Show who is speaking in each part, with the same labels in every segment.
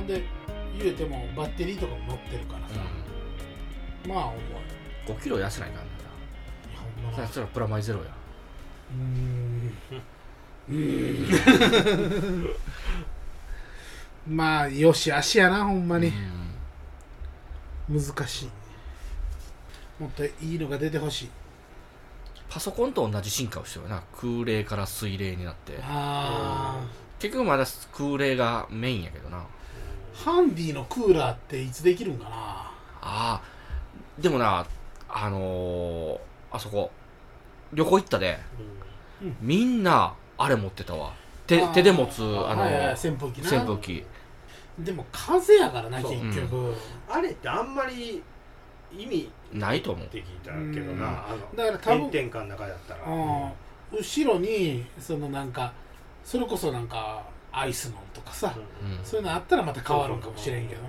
Speaker 1: んで言うてもバッテリーとかも乗ってるからさ、まあ重い
Speaker 2: うん、5キロ痩せないかん
Speaker 1: いやほんま
Speaker 2: な
Speaker 1: だ
Speaker 2: そしたらプラマイゼロや
Speaker 1: うーんうーんまあよしあしやなほんまに、難しいもっといいのが出てほしい
Speaker 2: パソコンと同じ進化をしてるよな空冷から水冷になって
Speaker 1: あ
Speaker 2: 結局まだ空冷がメインやけどな
Speaker 1: ーハンディのクーラーっていつできるんかな
Speaker 2: ああでもなあのー、あそこ旅行行ったでみんなあれ持ってたわ手
Speaker 1: あー
Speaker 2: 手で持つあの
Speaker 1: はいはい扇風機な
Speaker 2: 扇風機
Speaker 1: でも風やからな
Speaker 3: そう
Speaker 1: 結局、
Speaker 3: あれってあんまり意味
Speaker 2: ないと思う
Speaker 3: って聞いたけどな、
Speaker 1: うん
Speaker 3: あの
Speaker 1: だから多分
Speaker 3: 炎天下の中だったら、
Speaker 1: うん後ろにそのなんかそれこそなんかアイスのとかさ、
Speaker 2: うん
Speaker 1: そういうのあったらまた変わるんかもしれんけどね、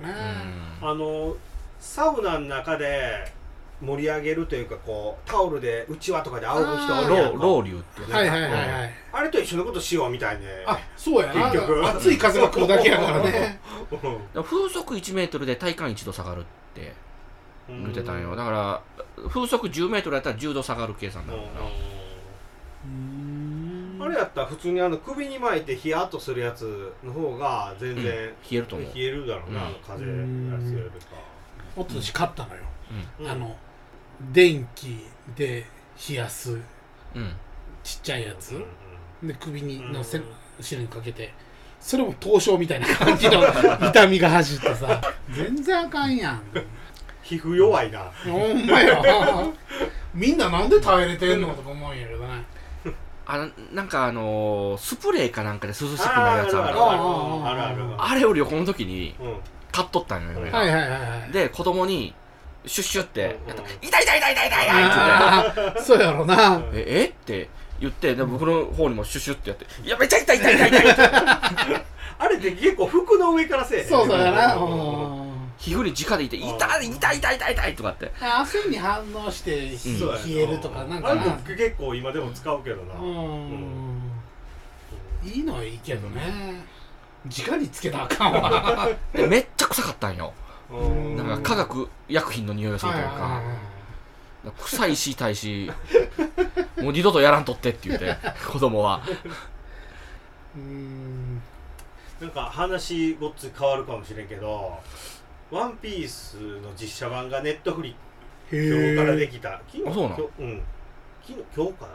Speaker 2: うん
Speaker 3: あのサウナの中で盛り上げるというかこうタオルでうちわとかで仰ぐ人おるやん
Speaker 2: ロ
Speaker 3: か
Speaker 2: ウロウリュウってやつ
Speaker 1: はいはいはいはい、
Speaker 3: あれと一緒のことしようみたいね
Speaker 1: あそうやな
Speaker 3: 結局
Speaker 1: 熱い風が来るだけやからね
Speaker 2: だから風速1メートルで体感1度下がるって
Speaker 3: うん
Speaker 2: 言ってたんよ、だから風速10メートルやったら10度下がる計算
Speaker 3: う
Speaker 2: だ
Speaker 3: ん
Speaker 2: もん
Speaker 1: う
Speaker 2: な、
Speaker 1: ーん
Speaker 3: あれやったら普通にあの首に巻いてヒヤッとするやつの方が全然冷
Speaker 2: 冷えると思う、
Speaker 3: えるだろうな、
Speaker 2: うん
Speaker 3: あの風やつよりか
Speaker 1: おととし買ったのよ、
Speaker 3: うん
Speaker 1: あの電気で冷やす
Speaker 2: うん
Speaker 1: ちっちゃいやつ、
Speaker 3: うん
Speaker 1: で首にのせ、
Speaker 3: うん
Speaker 1: 後ろにかけてそれも凍傷みたいな感じの 痛みが走ってさ全然あかんやん
Speaker 3: 皮膚弱いな、
Speaker 1: ほんまよみんななんで耐えれてんのとか思うんやけどね
Speaker 2: あのなんかあのースプレーかなんかで涼しくな
Speaker 3: あ
Speaker 2: るや
Speaker 3: る
Speaker 2: つあ
Speaker 3: あ
Speaker 2: る
Speaker 3: る
Speaker 2: あ
Speaker 3: あ
Speaker 1: あ
Speaker 3: る
Speaker 1: るある
Speaker 3: ある
Speaker 1: あ
Speaker 3: あ
Speaker 2: れを旅行の時に
Speaker 3: るうん
Speaker 2: 買っとったんよ、俺が
Speaker 1: はいはいはいはい
Speaker 2: で子供にシュッシュってやったら
Speaker 3: うん
Speaker 2: 「痛い痛い痛い痛い痛い痛い」って言って
Speaker 1: あーそうやろな
Speaker 2: 「ええっ?」て言ってで僕の方にもシュッシュってやって「いやめちゃ痛い痛い痛い痛い」って
Speaker 3: あれって結構服の上からせえへん
Speaker 1: そうそうやな
Speaker 3: うん
Speaker 1: うん
Speaker 2: 皮膚に直でいて「痛い痛い痛い痛い痛いとかって
Speaker 1: 汗に反応して
Speaker 3: そうやな
Speaker 1: 冷えるとかなんか
Speaker 3: あれも
Speaker 1: な
Speaker 3: 結構今でも使うけどな、
Speaker 1: う
Speaker 3: うん
Speaker 1: んいいのはいいけどね直につけたらあかんわ
Speaker 2: でめっちゃ臭かったんよ
Speaker 3: うん
Speaker 2: なんか化学薬品の匂いがするというか臭いし痛いしもう二度とやらんとってって言って子供は
Speaker 1: うーん
Speaker 3: なんか話ごっつい変わるかもしれんけど「ワンピースの実写版がネットフリ
Speaker 1: へ
Speaker 3: 今日からで
Speaker 1: え
Speaker 3: きた昨
Speaker 2: あそうなの
Speaker 3: 今日うん昨日今日かな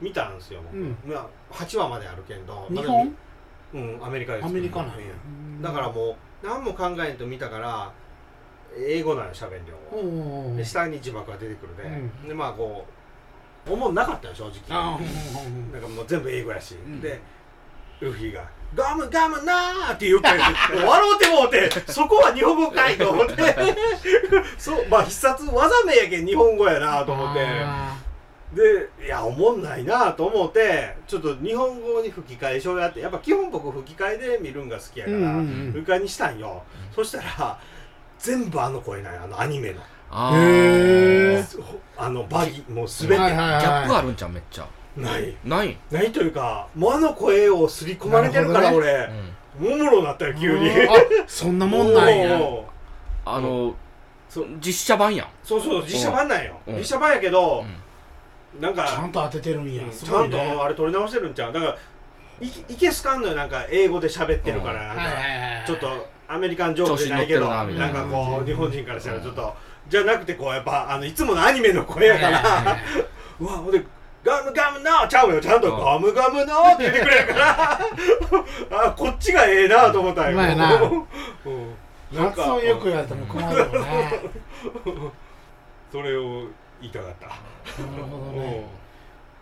Speaker 3: 見たんですよ僕、
Speaker 1: うん
Speaker 3: まあ、8話まであるけど
Speaker 1: 日本
Speaker 3: まだ見うんアメリカです
Speaker 1: アメリカなんや
Speaker 3: うんだからもう何も考えんと見たから英語なのしゃべん量
Speaker 1: おうおうおう
Speaker 3: で下に字幕が出てくるで、
Speaker 1: うん
Speaker 3: でまあこう思んなかったよ正直
Speaker 1: あーうんうんうん
Speaker 3: なんかもう全部英語やし、
Speaker 1: ん
Speaker 3: でルフィが「ガムガムなー」って言ったりして笑うてもうてそこは日本語かいと思って そうまあ必殺技名やけん日本語やなと思って
Speaker 1: あ
Speaker 3: でいやおもんないなと思ってちょっと日本語に吹き替えしようやってやっぱ基本僕吹き替えで見るんが好きや
Speaker 1: ー
Speaker 3: か
Speaker 1: う
Speaker 3: ら、
Speaker 1: んうんうん
Speaker 3: 吹き替えにしたんよ、そしたら全部あの声なんやあのアニメの
Speaker 2: あ
Speaker 1: へえ
Speaker 2: ー
Speaker 1: ー
Speaker 3: そうあのバギもう全
Speaker 1: はいはい
Speaker 3: て
Speaker 2: ギャップ
Speaker 1: は
Speaker 2: あるんちゃうめっちゃ
Speaker 3: ない
Speaker 2: ない、
Speaker 3: ないというかもうあの声を刷り込まれてるから
Speaker 1: なるほど
Speaker 3: 俺、
Speaker 2: うん
Speaker 3: おもろになったよ
Speaker 1: い
Speaker 3: 急に
Speaker 1: あーそんなもんなんや
Speaker 3: おー
Speaker 2: あの
Speaker 3: そ
Speaker 2: 実写版やん
Speaker 3: そうそう実写版なんよ
Speaker 2: うん
Speaker 3: 実写版やけど、なん
Speaker 1: ちゃ
Speaker 3: か
Speaker 1: んと当ててるんやす
Speaker 3: ち
Speaker 1: ご
Speaker 3: ゃ
Speaker 1: い
Speaker 3: ん
Speaker 1: ね
Speaker 3: とあれ取り直してるんちゃうだからいいけすかんのよなんか英語で喋ってるからなん
Speaker 1: はいはいはい
Speaker 3: か
Speaker 1: はい
Speaker 3: ちょっとアメリカンジョークじゃないけ
Speaker 2: 調
Speaker 3: ど
Speaker 2: 子
Speaker 3: な
Speaker 2: に乗って
Speaker 1: な
Speaker 2: る
Speaker 1: み
Speaker 3: ん
Speaker 1: たいな
Speaker 3: か
Speaker 1: う
Speaker 3: こ
Speaker 1: ん
Speaker 3: う日本人からしたらちょっとじゃなくてこうやっぱあのいつものアニメの声やからうわほんでガムガムなーちゃうよちゃんと
Speaker 2: うん
Speaker 3: ガムガムなーって言ってくれるからあこっちがええなーと思ったんよ
Speaker 1: うまいな
Speaker 3: うんなん
Speaker 1: 発
Speaker 3: か
Speaker 1: 音よくやったら困るよね
Speaker 3: それを言いたかった
Speaker 1: なるほどね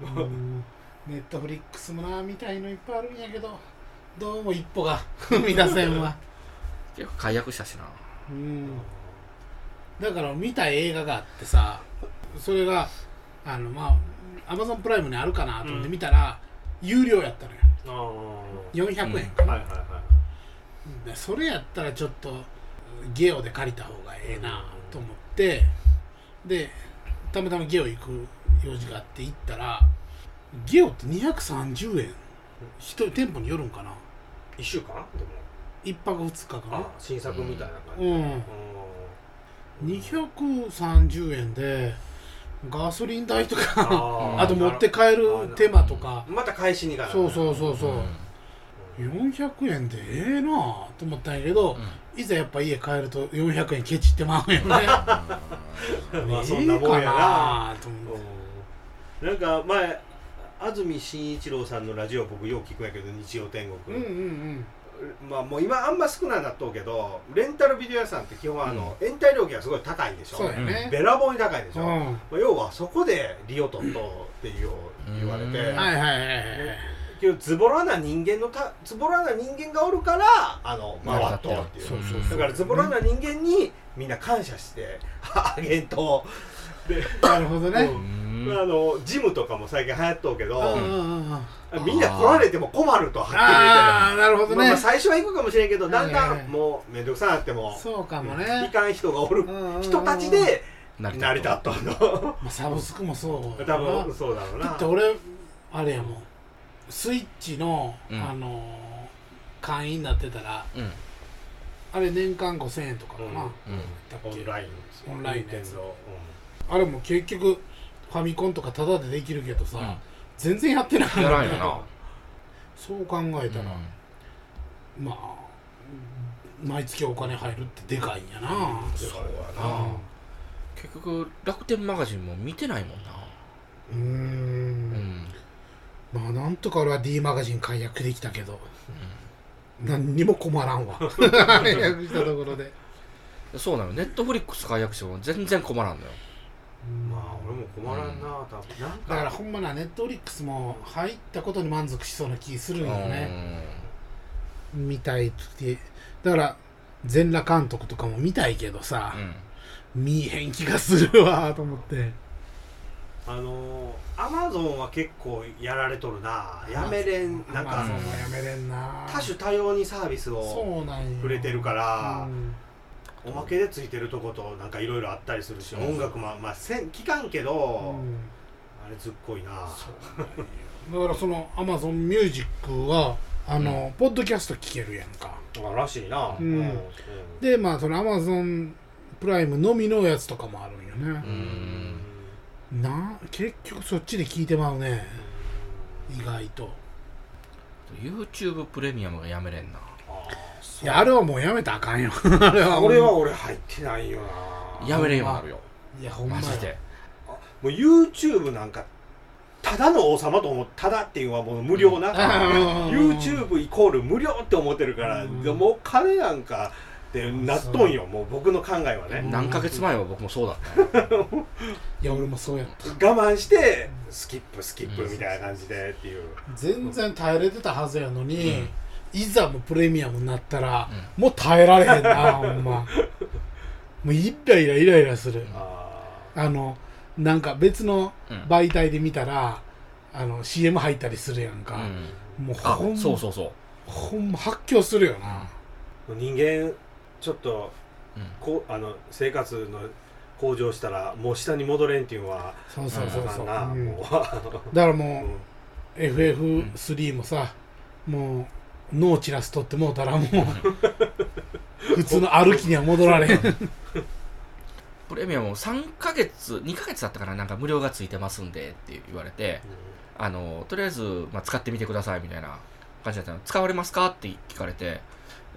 Speaker 1: うんネットフリックスもなみたいのいっぱいあるんやけどどうも一歩が 踏み出せんわ
Speaker 2: 結構解約したしな
Speaker 1: うんだから見た映画があってさそれがあのまあアマゾンプライムにあるかなと思って見たら、有料やったのよ
Speaker 3: ああは
Speaker 1: 400円、
Speaker 3: いはいは
Speaker 1: でそれやったらちょっとゲオで借りた方がええなと思ってでたまたまゲオ行く用事があって行ったらゲオって230円一人店舗によるんかない
Speaker 3: 1週間でも
Speaker 1: 1泊2日か
Speaker 3: あ新作みたいな
Speaker 1: なう
Speaker 3: 感じ
Speaker 1: ん
Speaker 3: うん
Speaker 1: 230円でガソリン代とか
Speaker 3: ー
Speaker 1: あと持って帰る手間とか
Speaker 3: また返しに行かない
Speaker 1: そうそうそうそう、
Speaker 3: うん
Speaker 1: 400円でええなあと思ったんやけど
Speaker 2: うん、
Speaker 1: いざやっぱ家帰ると400円ケチってまうんよね
Speaker 3: まあそんなもんやな
Speaker 1: ええかあと思って
Speaker 3: うんなんか前安住紳一郎さんのラジオ僕よう聞くんやけど日曜天
Speaker 1: うん
Speaker 3: 国、
Speaker 1: うんうん
Speaker 3: まあもう今あんま少ないなっとうけどレンタルビデオ屋さんって基本あの、延滞料金がすごい高いんでしょ
Speaker 1: そうやね
Speaker 3: べらぼうに高いでし
Speaker 1: う
Speaker 3: ょ、
Speaker 1: ん
Speaker 3: まあ、要はそこで利を取っとうっていうよう言われて、
Speaker 2: うん
Speaker 1: はいはいはいはいはい
Speaker 3: けどズボラな人間のたズボラな人間がおるからあの回っとうっていう
Speaker 1: そうそう
Speaker 3: だ
Speaker 1: そう
Speaker 3: からズボラな人間にみんな感謝してあげんとで、
Speaker 1: なるほどね
Speaker 3: う
Speaker 2: うんん
Speaker 3: あのジムとかも最近流行っとうけど、
Speaker 1: うんうんうんうん
Speaker 3: みんな来られても困るとはっきり言
Speaker 1: ああなるほ
Speaker 3: って
Speaker 1: ど
Speaker 3: まあ、
Speaker 1: ね
Speaker 3: まあ最初は行くかもしれんけどだんだ
Speaker 1: はいはい
Speaker 3: んもう面倒くさなっても
Speaker 1: そうかも
Speaker 3: 行
Speaker 1: ね
Speaker 3: かん人がおる
Speaker 1: うんうんうん
Speaker 3: 人たちで
Speaker 2: 成
Speaker 3: 成り立った の
Speaker 1: まあサブスクもそう
Speaker 3: 多
Speaker 1: だ
Speaker 3: 分そうだろう
Speaker 1: だ
Speaker 3: な
Speaker 1: って俺あれやもんスイッチの
Speaker 2: うん
Speaker 1: あのー会員になってたら
Speaker 2: うん
Speaker 1: あれ年間5000円とかか
Speaker 3: うん
Speaker 1: なだっ
Speaker 3: オン
Speaker 1: け
Speaker 3: ラインですよ
Speaker 1: オンラインのやつ
Speaker 3: 任天堂
Speaker 1: あれも結局ファミコンとかタダでできるけど
Speaker 2: うん
Speaker 1: さ全然やってない
Speaker 2: やらんよな
Speaker 1: そう考えたらまあ毎月お金入るってでかいんやな
Speaker 3: うんそうやな
Speaker 1: あ
Speaker 2: 結局楽天マガジンも見てないもんな
Speaker 1: うーんまあなんとか俺は D マガジン解約できたけど何にも困らんわ解 約したところで
Speaker 2: うんそうなのネットフリックス解約しても全然困らんのよ
Speaker 3: まあ俺も困らんな多分なん
Speaker 1: だから
Speaker 3: か
Speaker 1: ほんまなネットフリックスも入ったことに満足しそうな気するんよね見たいってだから全裸監督とかも見たいけどさ
Speaker 2: う、ん
Speaker 1: 見えへん気がするわと思って
Speaker 3: あのアマゾンは結構やられとるなやめれんなん
Speaker 1: まあ
Speaker 3: か
Speaker 1: そ
Speaker 2: うん
Speaker 1: うもやめれんな
Speaker 3: 多種多様にサービスを
Speaker 1: そうなんよ
Speaker 3: 触れてるから
Speaker 1: うん
Speaker 3: おまけでついてるとことなんかいろいろあったりするし
Speaker 2: うん
Speaker 3: 音楽もまあせん聞かんけ
Speaker 1: う
Speaker 3: ど
Speaker 1: ん
Speaker 3: あれずっこいな
Speaker 1: だからその Amazon ミュージックはあの、ポッドキャスト聴けるやんか
Speaker 3: あらしいな
Speaker 1: うんでまあその Amazon プライムのみのやつとかもあるんよ
Speaker 2: う
Speaker 1: ね、
Speaker 2: ん
Speaker 1: な結局そっちで聞いてまうね意外と
Speaker 2: YouTube プレミアムがやめれんない
Speaker 1: やあれはもうやめたらあかんよ あれは
Speaker 3: これは俺入ってないよな
Speaker 2: やめれんよあるよ
Speaker 1: いやほんま
Speaker 2: マ
Speaker 1: や
Speaker 2: ジで
Speaker 3: もう YouTube なんかただの王様と思ってただっていうのはもう無料な、
Speaker 1: うん
Speaker 3: YouTube イコール無料って思ってるから、
Speaker 1: うん
Speaker 3: でもう金なんかってなっとんよもう僕の考えはね、
Speaker 2: 何ヶ月前は僕もそうだったよ
Speaker 1: いや俺もそうやった
Speaker 3: 我慢してスキップスキップみたいな感じでっていう、
Speaker 1: 全然耐えれてたはずやのに、
Speaker 2: うん
Speaker 1: いざもうプレミアムになったら、もう耐えられへん なほんまもうイライライライラする、
Speaker 3: あ
Speaker 1: あのなんか別の
Speaker 2: うん
Speaker 1: 媒体で見たら、あの CM 入ったりするやんか、
Speaker 2: うん
Speaker 1: もう
Speaker 2: あ
Speaker 1: ほん
Speaker 2: そうそうそう
Speaker 1: ほんま発狂するよな、
Speaker 3: ー人間ちょっと
Speaker 2: うん
Speaker 3: こうあの生活の向上したらもう下に戻れんっていうのは
Speaker 1: そうそうそうそう、
Speaker 3: あかんな
Speaker 1: うんだ
Speaker 3: もう
Speaker 1: から
Speaker 3: う
Speaker 1: も
Speaker 3: ん
Speaker 1: う FF3 もさもう脳チラス取ってもうたらもう普通の歩きには戻られへん
Speaker 2: プレミアムを3ヶ月2ヶ月だったかななんか無料がついてますんでって言われてあのとりあえず、まあ、使ってみてくださいみたいな感じだったの使われますかって聞かれて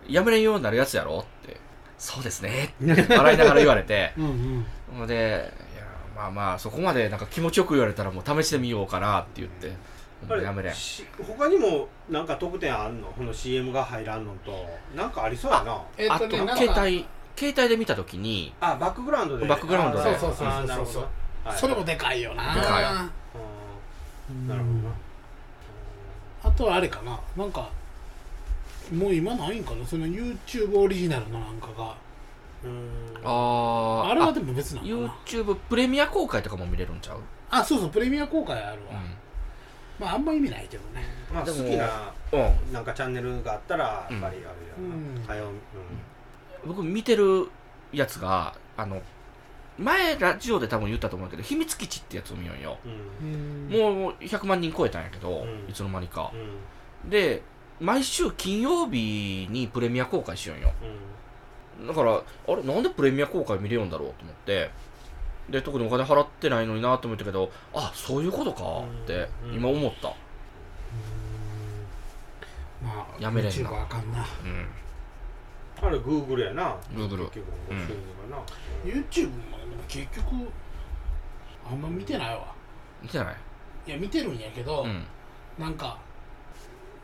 Speaker 2: やめれんようになるやつやろってそうですねって笑いながら言われて
Speaker 1: うんうん
Speaker 2: ほんでいやまあまあそこまでなんか気持ちよく言われたらもう試してみようかなって言って
Speaker 3: あ
Speaker 2: もう
Speaker 3: れ
Speaker 2: やめれん
Speaker 3: し他にもなんか特典あんのこの CM が入らんのとなんかありそうやな
Speaker 1: え
Speaker 2: あと
Speaker 1: なんか
Speaker 2: 携帯携帯で見た時に
Speaker 3: あバックグラウンドで
Speaker 2: バックグラウンドで
Speaker 3: あー
Speaker 1: そうそうそうそう
Speaker 3: あーなるほどなはい
Speaker 1: それもでかいよな
Speaker 2: でかい
Speaker 3: うんなるほどな
Speaker 1: あとはあれかななんかもう今ないんかなその YouTube オリジナルのなんかが
Speaker 3: うん
Speaker 2: あ
Speaker 1: あ
Speaker 2: ー
Speaker 1: れは
Speaker 2: あ
Speaker 1: でも別なのかな
Speaker 2: YouTube プレミア公開とかも見れるんちゃう、
Speaker 1: あそうそうプレミア公開あるわ、
Speaker 2: う
Speaker 1: まああんま意味ないけどね
Speaker 3: まあ
Speaker 2: で
Speaker 3: 好
Speaker 2: も
Speaker 3: きな
Speaker 2: うん、
Speaker 3: なんかチャンネルがあったらやっぱりあれや
Speaker 1: うん
Speaker 3: な早う
Speaker 2: 僕見てるやつがあの前ラジオで多分言ったと思うけど秘密基地ってやつを見よんよ
Speaker 3: うんうん
Speaker 1: うん
Speaker 2: もう100万人超えたんやけど、
Speaker 3: うん
Speaker 2: いつの間にか
Speaker 3: う、ん
Speaker 2: で毎週金曜日にプレミア公開しようんよ
Speaker 3: う
Speaker 2: だからあれなんでプレミア公開見れるんだろうと思ってで特にお金払ってないのになと思ったけどあそういうことかって
Speaker 3: うん
Speaker 2: 今思った
Speaker 1: まあ
Speaker 2: やめれんな
Speaker 1: YouTuber あかんな
Speaker 2: うん
Speaker 3: んあれ Google やな
Speaker 2: Google
Speaker 3: 結局 Google がな
Speaker 1: YouTube もでも結局あんま見てないわ
Speaker 2: 見てない
Speaker 1: いや見てるんやけど、
Speaker 2: うん
Speaker 1: なんか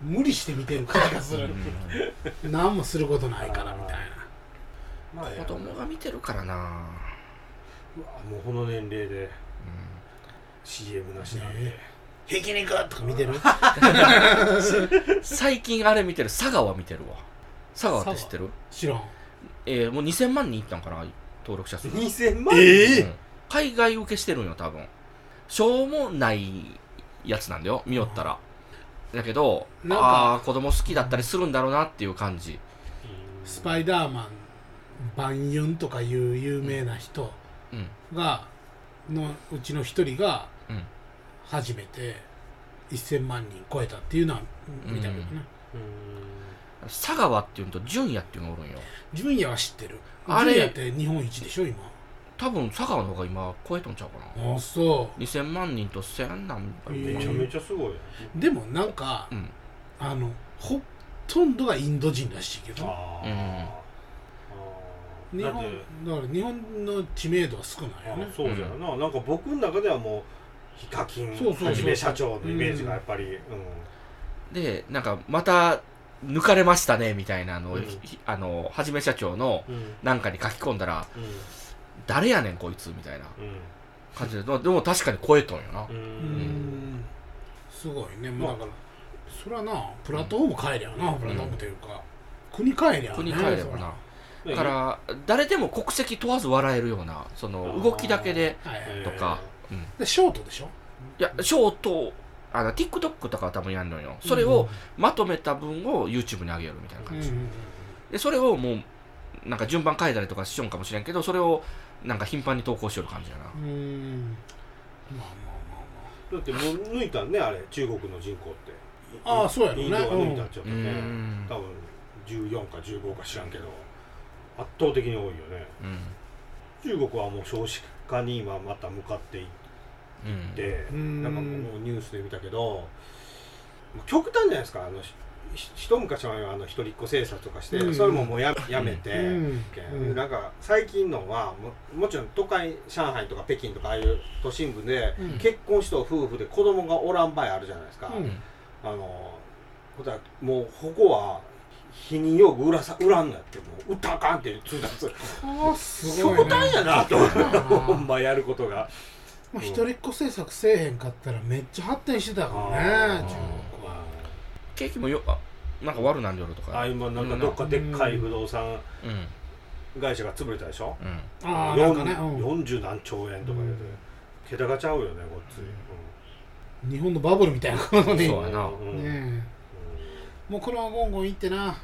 Speaker 1: 無理して見てる感じがす
Speaker 2: うんう
Speaker 1: る
Speaker 2: ん
Speaker 1: 何もすることないからみたいな
Speaker 3: まあええ
Speaker 2: 子
Speaker 3: や
Speaker 2: 供が見てるからな
Speaker 3: うわもうこの年齢で
Speaker 2: う
Speaker 3: CM なしなん
Speaker 1: ね
Speaker 3: て
Speaker 1: 「ひき肉!」とか見て る
Speaker 2: ん最近あれ見てる佐川見てるわ佐川って知ってる
Speaker 1: 知らん
Speaker 2: えーもう2000万人いったんかな登録者数
Speaker 3: 2000万
Speaker 1: え
Speaker 2: うん海外受けしてるんよ多分しょうもないやつなんだよ見よったらだけど
Speaker 1: なんか
Speaker 2: ああー子供好きだったりするんだろうなっていう感じ
Speaker 1: スパイダーマンバンユンとかいう有名な人
Speaker 2: うん
Speaker 1: がのうちの一人が
Speaker 2: うん
Speaker 1: 初めて1000万人超えたっていうのは見たけどね、
Speaker 3: うん
Speaker 2: 佐川っていうのと純也っていうのがおるんよ
Speaker 1: 自分やは知ってる
Speaker 2: あ
Speaker 1: あ
Speaker 2: れ
Speaker 1: れやって日本一でしょ今
Speaker 2: 多分佐川の方が今超えとんちゃうかな
Speaker 1: あそ
Speaker 2: 2000万人と1000何倍
Speaker 1: えー
Speaker 3: めちゃめちゃすごいやん
Speaker 1: うでもなんか
Speaker 2: うん
Speaker 1: あのほとんどがインド人らしいけど
Speaker 3: あ
Speaker 2: うん
Speaker 1: 日本
Speaker 3: ーだって
Speaker 1: だから日本の知名度は少ないよね
Speaker 3: あそうじゃな、なんか僕の中ではもうヒカキン
Speaker 1: そうそうそう
Speaker 3: はじめ社長のイメージがやっぱり、うん
Speaker 2: でなんかまた抜かれましたねみたいなのを、
Speaker 3: うん
Speaker 2: ひあのはじめ社長の
Speaker 3: うん
Speaker 2: なんかに書き込んだら
Speaker 3: う
Speaker 2: 誰やねんこいつみたいなん感じででも確かに超えとんよな、
Speaker 3: うんう
Speaker 1: うんんすごいねもう
Speaker 3: まあ
Speaker 1: だからそれはなプラットフォーム変えりゃな、プラットフォームというか国変えりゃね
Speaker 2: 国変えればな、だから誰でも国籍問わず笑えるようなその
Speaker 3: あー
Speaker 2: 動きだけで、
Speaker 1: そらはいはい
Speaker 3: えー
Speaker 2: とかうん、い
Speaker 1: でショートでしょ
Speaker 2: やショートあの TikTok とかは多分やんのよそれをまとめた分を YouTube に上げるみたいな
Speaker 1: うん
Speaker 2: 感
Speaker 1: うん
Speaker 2: じ、
Speaker 1: うん
Speaker 2: でそれをもうなんか順番変えたりとかしよんかもしれんけどそれをなんか頻繁に投稿しよる感じやな
Speaker 1: うんうんまあま
Speaker 3: だってもう抜いたんねあれ中国の人口って
Speaker 1: あまあああそうやろ
Speaker 3: イ
Speaker 1: ね
Speaker 3: ンドが抜いたんちゃ
Speaker 2: う
Speaker 3: うかね、
Speaker 2: ん
Speaker 3: 多分14か15か知らんけど圧倒的に多いよね
Speaker 2: うん
Speaker 3: 中国はもう少子化に今また向かっていっ
Speaker 2: うん
Speaker 3: て、
Speaker 1: うん
Speaker 3: なんかもうニュースで見たけど極端じゃないですかあのひひ一昔前はあの一人っ子政策とかして、
Speaker 1: うん
Speaker 3: それももうややめて、
Speaker 1: うんうん
Speaker 3: なんか最近のはももちろん都会上海とか北京とかああいう都心部で、
Speaker 1: うん
Speaker 3: 結婚した夫婦で子供がおらん場合あるじゃないですか、
Speaker 1: うん
Speaker 3: あのほたらもうここは否認用具売らさ売らんのやってもう売ったらあかんって通達
Speaker 1: ああすごい
Speaker 3: 極
Speaker 1: ね
Speaker 3: 端やなと
Speaker 1: うん
Speaker 3: ほんまやることが
Speaker 1: まあ、一人っ子政策せえへんかったらめっちゃ発展してたから
Speaker 3: あー
Speaker 1: ね中国は
Speaker 2: 景気もよあなんか悪なんでよるとか
Speaker 3: あ今なんかどっかでっかい不動産
Speaker 2: うんうん
Speaker 3: 会社が潰れたでしょ
Speaker 1: ああなんかね、う
Speaker 3: 四十何兆円とか言うて
Speaker 1: うん
Speaker 3: 桁がちゃうよねこっち
Speaker 1: ん、日本のバブルみたいなことに、
Speaker 2: そう
Speaker 1: ね
Speaker 2: やな
Speaker 3: うんうん
Speaker 1: え、もうこのままゴンゴン行ってな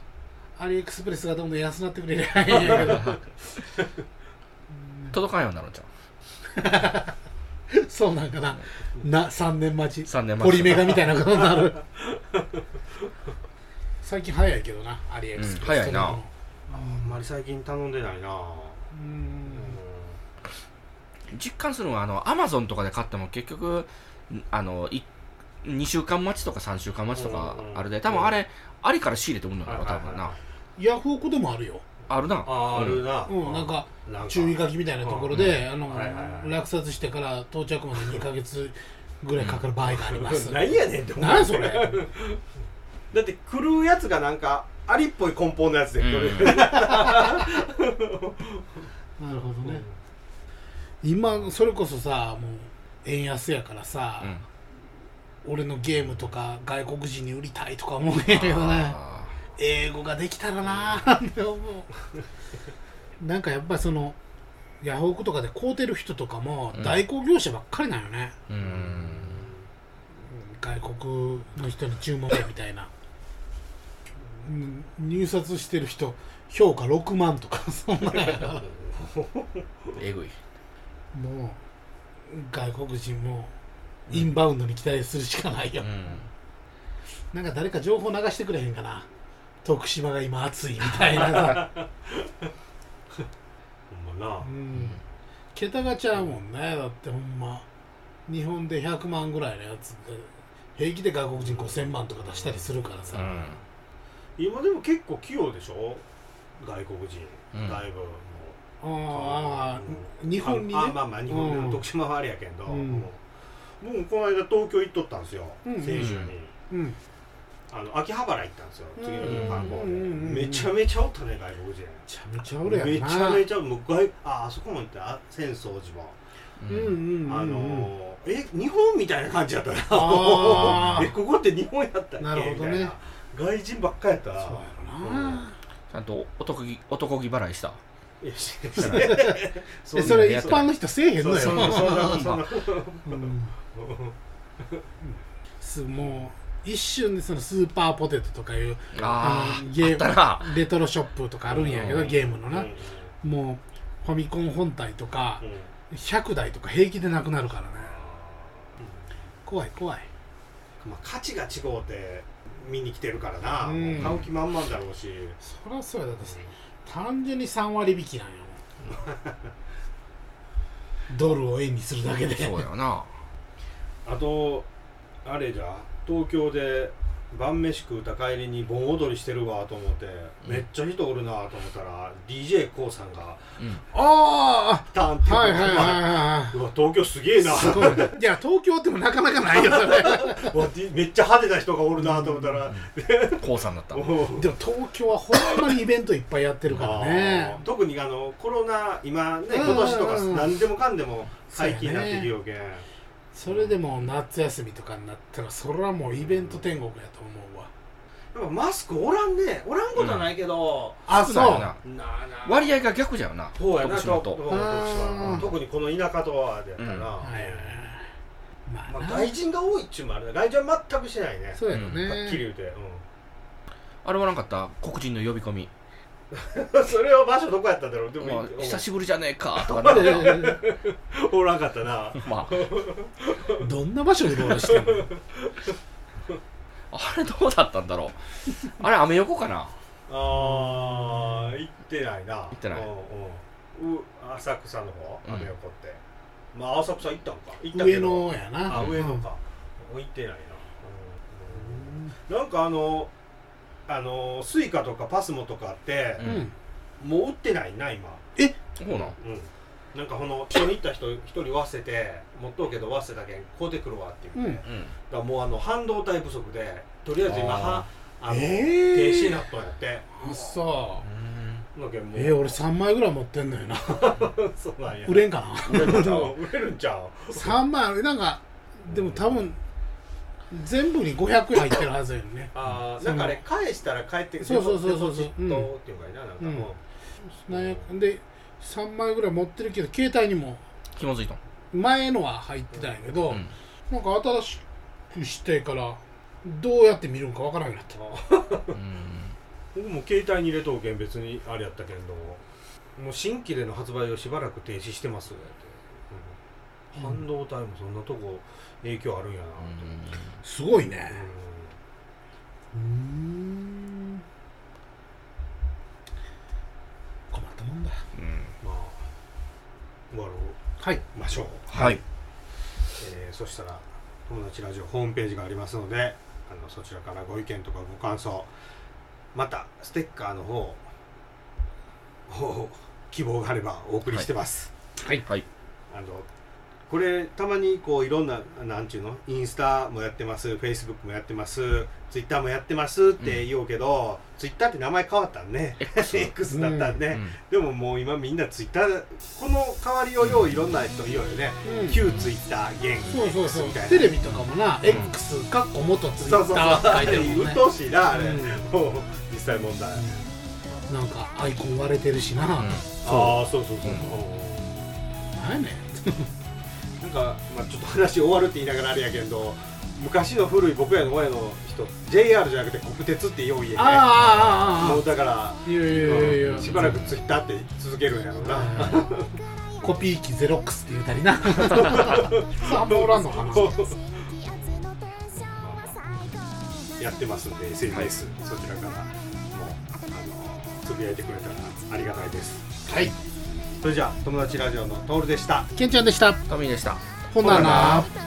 Speaker 1: アリエクスプレスがどんどん安なってくれりゃいいん やけど
Speaker 2: 届かんようになるんちゃう
Speaker 1: そうなんかなな3年待ち
Speaker 2: 3年前
Speaker 1: ポリメガみたいなことになる 最近早いけどなアリエクスプレス
Speaker 2: うん早いな
Speaker 3: あんまり最近頼んでないな
Speaker 1: うん
Speaker 2: 実感するのはあのアマゾンとかで買っても結局んあのい2週間待ちとか3週間待ちとか
Speaker 3: うんうん
Speaker 2: あるで多分あれありから仕入れてくんのよ
Speaker 3: はいはい
Speaker 2: 多
Speaker 3: はい
Speaker 2: 分な
Speaker 1: ヤフオクでもあるよ、
Speaker 2: あるな
Speaker 3: あーあるな
Speaker 1: うん、なんか
Speaker 3: なんか
Speaker 1: 注意書きみたいなところで、あの、
Speaker 3: はいはいはい
Speaker 1: 落札してから到着まで2ヶ月ぐらいかかる場合がありま す。
Speaker 3: 何やねんって思う
Speaker 1: なん それ
Speaker 3: だって来るやつがなんかありっぽい梱包のやつで来る、
Speaker 2: うん
Speaker 1: なるほどね。今、それこそさ、もう、円安やからさ、
Speaker 2: うん
Speaker 1: 俺のゲームとか外国人に売りたいとか思うんやけどね。
Speaker 2: あ
Speaker 1: 英語ができたらなーって思う。なんかやっぱりその、ヤフオクとかで買うてる人とかも
Speaker 2: うん
Speaker 1: 代行業者ばっかりなんよね。
Speaker 2: ーうん
Speaker 1: 外国の人に注文みたいなうん入札してる人評価6万とか そんなんやから
Speaker 2: えぐい
Speaker 1: もう外国人もインバウンドに期待するしかないよ、
Speaker 2: うん
Speaker 1: なんか誰か情報流してくれへんかな徳島が今暑いみたいなさ
Speaker 3: ほんまな
Speaker 1: うん桁がちゃうもんねだってほんま日本で100万ぐらいのやつで平気で外国人5000万とか出したりするからさ、
Speaker 2: うん
Speaker 3: 今でも結構器用でしょ外国人、
Speaker 2: うん
Speaker 3: だいぶもう
Speaker 1: ああ
Speaker 3: うん
Speaker 1: 日本にね
Speaker 3: あまあまあ日本に、
Speaker 1: うん
Speaker 3: 徳島はあれやけんど、
Speaker 1: うん
Speaker 3: もう僕もこの間東京行っとったんですよ、
Speaker 1: うんうん
Speaker 3: 先週に、
Speaker 1: うん
Speaker 3: あの秋葉原行ったんですよ次の日の観光で、
Speaker 1: うんうんうんうん
Speaker 3: めちゃめちゃおったね外国人
Speaker 1: めちゃめちゃおるやんな
Speaker 3: めちゃめちゃもう外ああそこも行ってあ浅草寺も、
Speaker 1: うんうんうん、うん、
Speaker 3: あのーえ日本みたいな感じやった
Speaker 1: あ
Speaker 3: な
Speaker 1: ー
Speaker 3: えここって日本やったっけ
Speaker 1: なるほどね
Speaker 3: みたいな外人ばっかやっ
Speaker 1: そ
Speaker 3: た
Speaker 1: うやろな、
Speaker 2: ちゃんと男気男気払いした
Speaker 3: いやして
Speaker 1: えそれ一般の人せえへんのよ
Speaker 3: そんなそんなそん な
Speaker 1: うんすもう一瞬でそのスーパーポテトとかいう
Speaker 2: あ
Speaker 1: あの
Speaker 2: ー
Speaker 1: ゲ
Speaker 2: あったな
Speaker 1: レトロショップとかあるんやけど、
Speaker 2: うん
Speaker 1: ゲームのな、
Speaker 3: うん
Speaker 1: もうファミコン本体とか
Speaker 3: うん
Speaker 1: 100台とか平気でなくなるからね怖い怖い
Speaker 3: まあ価値が違うて見に来てるからな、
Speaker 1: うん
Speaker 3: 買う気満々だろうし、
Speaker 1: そりゃそうやだって単純に3割引きなんやもんドルを円にするだけで
Speaker 2: そうやな
Speaker 3: あとあれじゃ東京で晩飯食うた帰りに盆踊りしてるわと思って、
Speaker 2: うん
Speaker 3: めっちゃ人おるなと思ったら d j k o さんが
Speaker 2: うん
Speaker 1: あ
Speaker 3: 「ターン」って
Speaker 1: あはいはいはい
Speaker 3: い
Speaker 1: は
Speaker 3: うわ東京すげえ
Speaker 1: い
Speaker 3: な
Speaker 1: すごいいや東京ってもなかなかないよそれ
Speaker 3: うわめっちゃ派手な人がおるなと思ったら、
Speaker 2: 高さんだった
Speaker 3: おう
Speaker 1: でも東京はほんまにイベントいっぱいやってるからね
Speaker 3: あー特にあのコロナ今ね
Speaker 1: うん
Speaker 3: 今年とか
Speaker 1: うん
Speaker 3: 何でもかんでも解禁になってるよけん、
Speaker 1: それでもう夏休みとかになったらそれはもうイベント天国やと思うわ
Speaker 3: やっぱマスクおらんねおらんことはないけど、
Speaker 1: あ
Speaker 2: そうやな
Speaker 3: なあなあ
Speaker 2: 割合が逆じゃよな
Speaker 3: そうやな
Speaker 2: 徳島
Speaker 3: と
Speaker 2: と
Speaker 3: うん徳島
Speaker 1: うん
Speaker 3: 特にこの田舎とはやっ
Speaker 2: う
Speaker 3: たら、
Speaker 2: ん
Speaker 1: はいはいはいまあ
Speaker 3: まあ、
Speaker 1: な
Speaker 3: 外人が多いっちゅうのもあるね外人は全くしないね
Speaker 1: そうやろ
Speaker 3: はっき
Speaker 1: ね
Speaker 3: り言うて、
Speaker 2: あれはなかった黒人の呼び込み
Speaker 3: うん それは場所どこやったんだろうで
Speaker 2: ま
Speaker 3: も、
Speaker 2: あ
Speaker 3: うん
Speaker 2: 久しぶりじゃねえかとか な
Speaker 3: おらんかったな
Speaker 2: まあ
Speaker 1: どんな場所でロールしてんの
Speaker 2: あれどうだったんだろうあれアメ横かな
Speaker 3: あー行ってないな行
Speaker 2: ってない
Speaker 3: うんうんう浅草の方
Speaker 2: うん
Speaker 3: アメ横って、まあ浅草行ったんか行った
Speaker 1: 上野やな
Speaker 3: あ上野か、もう行ってないな、うんなんかあのあのスイカとかパスモとかって
Speaker 1: う
Speaker 2: うん
Speaker 1: ん
Speaker 3: もう売ってないな今
Speaker 2: そうなん
Speaker 3: うんなんかこの一緒に行った人一人忘れて持っとうけど忘れたけん買うてくるわって言って、
Speaker 1: うん
Speaker 3: だか
Speaker 2: うん
Speaker 3: らもうあの半導体不足でとりあえず今はあの、
Speaker 1: えー
Speaker 3: 停止になったんやって
Speaker 1: あそう
Speaker 3: のけんもう
Speaker 1: えー俺3枚ぐらい持ってんのよな
Speaker 3: そうなんや
Speaker 1: 売れんかな
Speaker 3: 売れるんちゃう売れるんちゃう
Speaker 1: 3枚あれなんかでも多分全部に500円入ってるはずやね
Speaker 3: ああなんかあれ返したら帰って
Speaker 1: そうそうそうそうそう
Speaker 3: デポジットっていうかいななんか
Speaker 1: うん
Speaker 3: もう
Speaker 1: なんやで3枚ぐらい持ってるけど携帯にも
Speaker 2: ひもづいたん
Speaker 1: 前のは入ってたんやけど、
Speaker 2: うん
Speaker 1: なんか新しくしてからどうやって見るんかわからんようになった
Speaker 2: うん
Speaker 3: 僕も携帯に入れとうけん別にあれやったけんどもう新規での発売をしばらく停止してますよって、うん
Speaker 1: うん
Speaker 3: 半導体もそんなとこ影響あるんやなと思って、
Speaker 1: すごいね
Speaker 3: う
Speaker 1: うん困ったもんだ
Speaker 2: うん
Speaker 3: んまあ終わろ
Speaker 1: はい、
Speaker 3: うましょう、
Speaker 2: はい
Speaker 3: えーそしたら「友達ラジオ」ホームページがありますのであのそちらからご意見とかご感想またステッカーの方を 希望があればお送りしてます、
Speaker 2: はいはい
Speaker 3: あのこれたまにこういろんななんちゅうのインスタもやってますフェイスブックもやってますツイッターもやってますって言おうけど、ツイッターって名前変わったんね
Speaker 2: X
Speaker 3: X だったん
Speaker 2: う
Speaker 3: ね、
Speaker 2: ん
Speaker 3: でももう今みんなツイッターこの代わりをよういろんな人言おうよね、
Speaker 1: うん
Speaker 3: 旧ツイッター現
Speaker 1: そうそう
Speaker 3: X
Speaker 1: そう
Speaker 3: みたいな
Speaker 1: テレビとかもな、
Speaker 2: ん
Speaker 1: X かっこ元ツイ
Speaker 3: そうそ
Speaker 1: ッ
Speaker 3: う
Speaker 1: タ
Speaker 3: そう
Speaker 1: ーって書い
Speaker 3: あ
Speaker 1: て
Speaker 3: れ
Speaker 1: るもん
Speaker 3: うっ
Speaker 1: ね
Speaker 3: とうしいなあれ、
Speaker 1: うん
Speaker 3: もう実際問題、
Speaker 1: なんかアイコン割れてるしな、なん、
Speaker 3: ああそうそうそうそう、
Speaker 2: うん
Speaker 1: やね
Speaker 3: なんか、まあ、ちょっと話終わるって言いながらあれやけんど昔の古い僕らの親の人 JR じゃなくて国鉄ってよう言え
Speaker 1: ん
Speaker 3: ね
Speaker 1: あーあーあーあー
Speaker 3: もうだから
Speaker 1: いやいやいやいや
Speaker 3: しばらくツイッターって続けるんやろうな
Speaker 1: コピー機ゼロックスって言うたりなさあもうおらんのかな
Speaker 3: そう
Speaker 4: やつのテンションは最高
Speaker 3: いやってますんで SNS、そちらからもあのつぶやいてくれたらありがたいです
Speaker 1: はい
Speaker 3: それじゃあ友達ラジオのトールでした
Speaker 1: ケンちゃんでした
Speaker 2: トミーでした
Speaker 1: ほんなら
Speaker 3: ほんなら
Speaker 1: な
Speaker 3: な